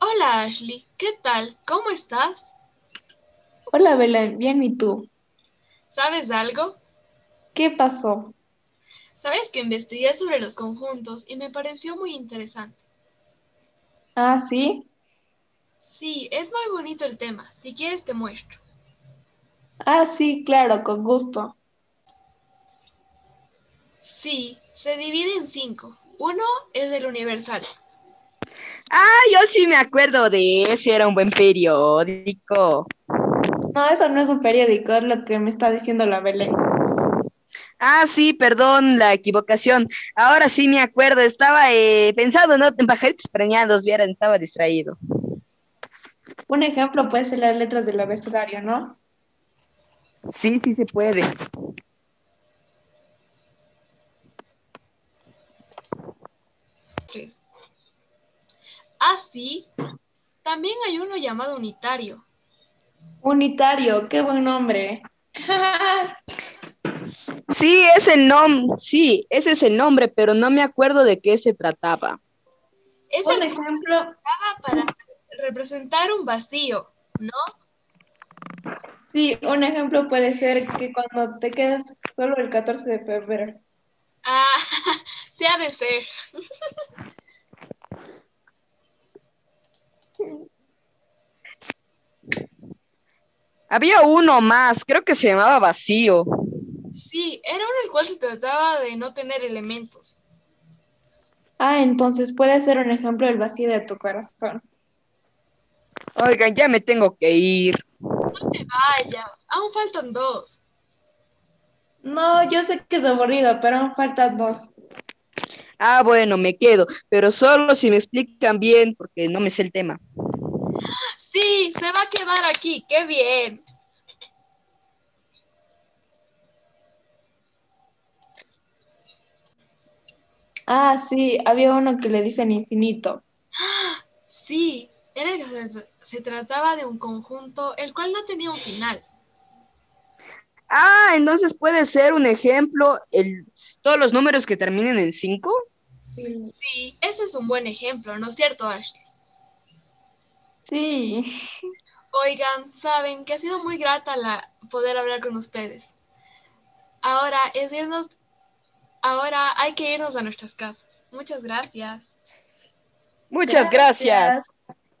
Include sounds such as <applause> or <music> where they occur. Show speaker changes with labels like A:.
A: Hola Ashley, ¿qué tal? ¿Cómo estás?
B: Hola, Belén, bien, ¿y tú?
A: ¿Sabes algo?
B: ¿Qué pasó?
A: Sabes que investigué sobre los conjuntos y me pareció muy interesante.
B: Ah, sí.
A: Sí, es muy bonito el tema. Si quieres te muestro.
B: Ah, sí, claro, con gusto.
A: Sí, se divide en cinco. Uno es el universal.
C: Ah, yo sí me acuerdo de ese, era un buen periódico.
B: No, eso no es un periódico, es lo que me está diciendo la Belén.
C: Ah, sí, perdón la equivocación. Ahora sí me acuerdo, estaba eh, pensando ¿no? en pajaritos preñados, vieran, estaba distraído.
B: Un ejemplo puede ser las letras del abecedario, ¿no?
C: Sí, sí se puede.
A: Tres. Así, también hay uno llamado unitario.
B: Unitario, qué buen nombre.
C: Sí, es el nombre, sí, ese es el nombre, pero no me acuerdo de qué se trataba.
A: Es
B: Un
A: el
B: ejemplo,
A: que para representar un vacío, ¿no?
B: sí, un ejemplo puede ser que cuando te quedas solo el 14 de febrero.
A: Ah, <laughs> se ha de ser.
C: Había uno más, creo que se llamaba vacío.
A: Sí, era uno el cual se trataba de no tener elementos.
B: Ah, entonces puede ser un ejemplo del vacío de tu corazón.
C: Oigan, ya me tengo que ir.
A: No te vayas, Ah, aún faltan dos.
B: No, yo sé que es aburrido, pero aún faltan dos.
C: Ah, bueno, me quedo, pero solo si me explican bien, porque no me sé el tema.
A: Sí, se va a quedar aquí, qué bien.
B: Ah, sí, había uno que le dicen infinito.
A: Sí, era que se, se trataba de un conjunto el cual no tenía un final.
C: Ah, entonces puede ser un ejemplo, el, todos los números que terminen en 5.
A: Sí, ese es un buen ejemplo, ¿no es cierto, Ashley?
B: Sí.
A: Oigan, saben que ha sido muy grata la poder hablar con ustedes. Ahora es irnos, ahora hay que irnos a nuestras casas. Muchas gracias.
C: Muchas gracias.